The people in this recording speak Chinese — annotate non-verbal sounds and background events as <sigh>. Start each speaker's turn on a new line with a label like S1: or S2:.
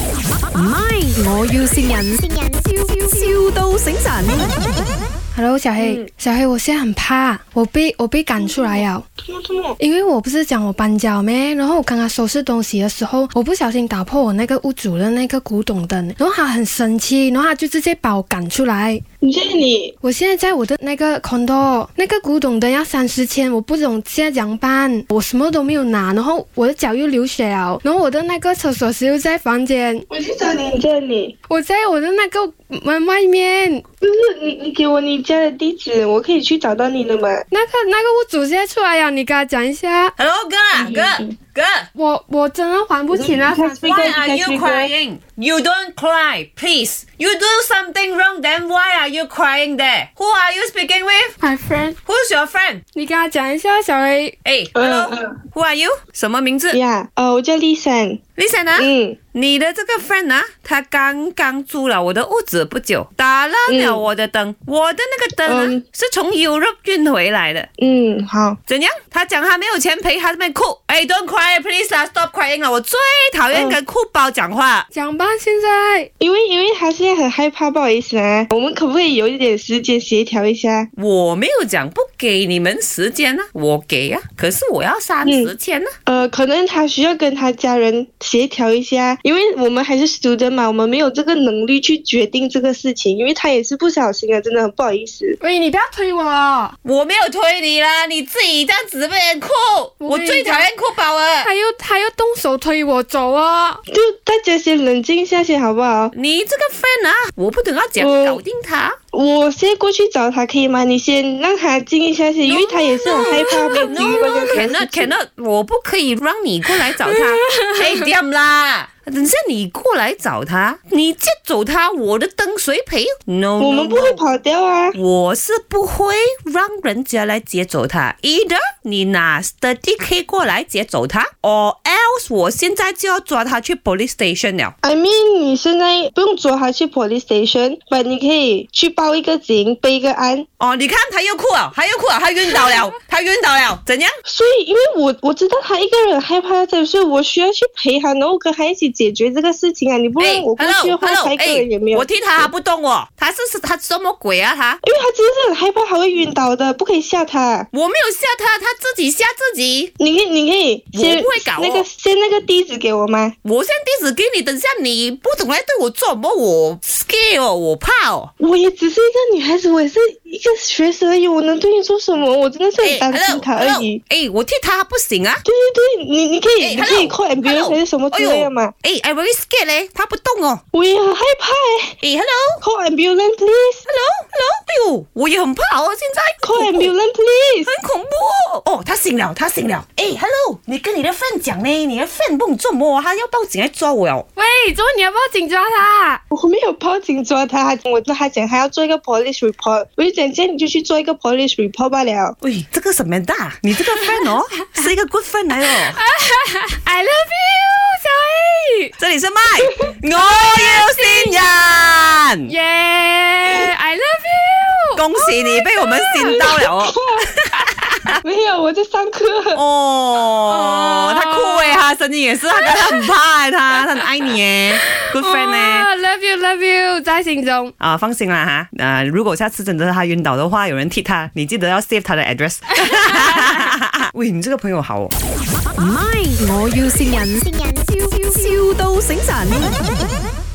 S1: 唔係，我要善人，笑笑到醒神。
S2: Hello，小黑，小黑，我现在很怕，我被我被赶出来了，因为我不是讲我搬家咩，然后我刚刚收拾东西的时候，我不小心打破我那个屋主的那个古董灯，然后他很生气，然后他就直接把我赶出来。
S3: 你这你
S2: 我现在在我的那个 condo，那个古董灯要三十千，我不懂现在怎样办，我什么都没有拿，然后我的脚又流血了，然后我的那个厕所是又在房间，
S3: 我去找你这里，
S2: 我在我的那个门外面，
S3: 不是你你给我你家的地址，我可以去找到你的吗？
S2: 那个那个屋主现在出来了，你跟他讲一下。
S4: Hello，哥
S2: <laughs>
S4: 啊，哥哥
S2: 我我真的还不起那三十万。
S4: ，Why are you crying? You don't cry, please. You do something wrong, then why are you crying there? Who are you speaking with?
S2: My friend，
S4: Who's your friend?
S2: 你跟他讲一下，小 A。
S4: 哎
S3: 嗯
S4: ，Hello,
S3: 嗯
S4: Who are you? 什么名字
S3: 呀，呃，我叫丽珊，
S4: ？Listen 啊，
S3: 嗯，
S4: 你的这个 friend 啊，他刚刚租了我的屋子不久，打烂了
S3: 嗯
S4: 我的灯，我的那个灯啊、
S3: 嗯
S4: 是从 Europe 运回来的。
S3: 嗯，好，
S4: 怎样？他讲他没有钱赔，他这边哭。哎、d o n t cry, please 啊，stop crying 啊！我最讨厌跟哭包讲话。
S2: 讲吧，现在
S3: 因为因为他现在很害怕，不好意思啊，我们可不可以有一点时间协调一下？
S4: 我没有讲不给你们时间啊，我给啊，可是我要三十天啊。
S3: 呃，可能他需要跟他家人协调一下，因为我们还是 student 嘛，我们没有这个能力去决定这个事情，因为他也是不小心啊的，真的很不好意思。
S2: 喂，你不要推我，
S4: 我没有推你啦，你自己这样子被人哭，
S2: 我
S4: 我
S2: 跟你
S4: 最
S2: 讲
S4: 讨厌哭包了。
S2: 他又他又动手推我走哦。
S3: 就大家先冷静一下先，好不好？
S4: 你这个 friend 啊，我不懂要讲
S3: 我
S4: 搞定他。
S3: 我先过去找他可以吗？你先让他静一下先，因为他也是很害怕被经
S4: No
S3: 历过这
S4: no
S3: 样的事情
S4: cannot cannot，我不可以让你过来找他。哎，damn 啦！等下你过来找他，你接走他，我的灯谁赔？No，
S3: 我们不会
S4: no, no
S3: 跑掉啊。
S4: 我是不会让人家来接走他。Either 你拿 thirty k 过来接走他，or else 我现在就要抓他去 police station 了。
S3: I mean，你现在不用抓他去 police station，但你可以去报一个警，备一个案。
S4: 哦，你看他又哭了，他又哭了，他晕
S3: <laughs>
S4: 倒了，他晕倒了，怎样？
S3: 所以，因为我我知道他一个人很害怕这，所以我需要去陪他，然后跟他一起解决这个事情啊！你不
S4: 哎
S3: 让我过去的话，他一个人也没有。
S4: 我替他还不动哦，他是是他什么鬼啊他？
S3: 因为他真的是很害怕，他会晕倒的，不可以吓他。
S4: 我没有吓他，他自己吓自己。
S3: 你可以，你可以
S4: 我
S3: 先
S4: 不会搞哦
S3: 那个先那个地址给我吗？
S4: 我现在地址给你，等下你不懂来对我做什么，我 scare 哦，我怕哦。
S3: 我也只是一个女孩子，我也是一个学生而已，我能对你做什么？我真的是
S4: 哎
S3: 很担心他而已。
S4: 哎，我替他不行啊。
S3: 对对对，你你可以、
S4: 哎
S3: 你可以
S4: hello，
S3: call ambulance
S4: hello，
S3: 还是什么之类的嘛？
S4: 哎，I very scared 嘞，他不动哦。
S3: 我也很害怕哎、
S4: 哎，hello
S3: c a l l ambulance please，call
S4: hello hello，哎呦，我也很怕哦，现在恐怖
S3: ambulance please。
S4: 很恐怖哦！哦，他醒了，他醒了。哎，hello，你跟你的 friend 讲呢，你的 friend 不懂做么啊，他要报警来抓我哦。
S2: 喂，怎么你要不啊要紧抓他？
S3: 我没有报警抓他，我跟他讲还要做一个 police report，我就讲这样你就去做一个 police report 罢了。
S4: 喂，这个什么大？你这个
S3: <laughs>
S4: friend 哦，是一个 good friend 来哦。
S2: I love you，小黑。
S4: 这里是
S3: <laughs>
S4: 麦，我要先人，
S2: 耶、yeah,，I love you。
S4: 恭喜你被
S3: <laughs>
S4: 我们先到了哦。
S3: 没有，我在上 <laughs> 课。
S4: 哦，他酷哎，他声音也是，他他很怕哎，他他很爱你哎，good friend 哎。
S2: 哇，love 哦 you，love you，在心中。
S4: 啊，放心啦哈，啊，如果下次真的是他晕倒的话，有人替他，你记得要 save 他的 address。喂，你这个朋友好哦。
S1: 唔係，我要善人，笑笑到醒神。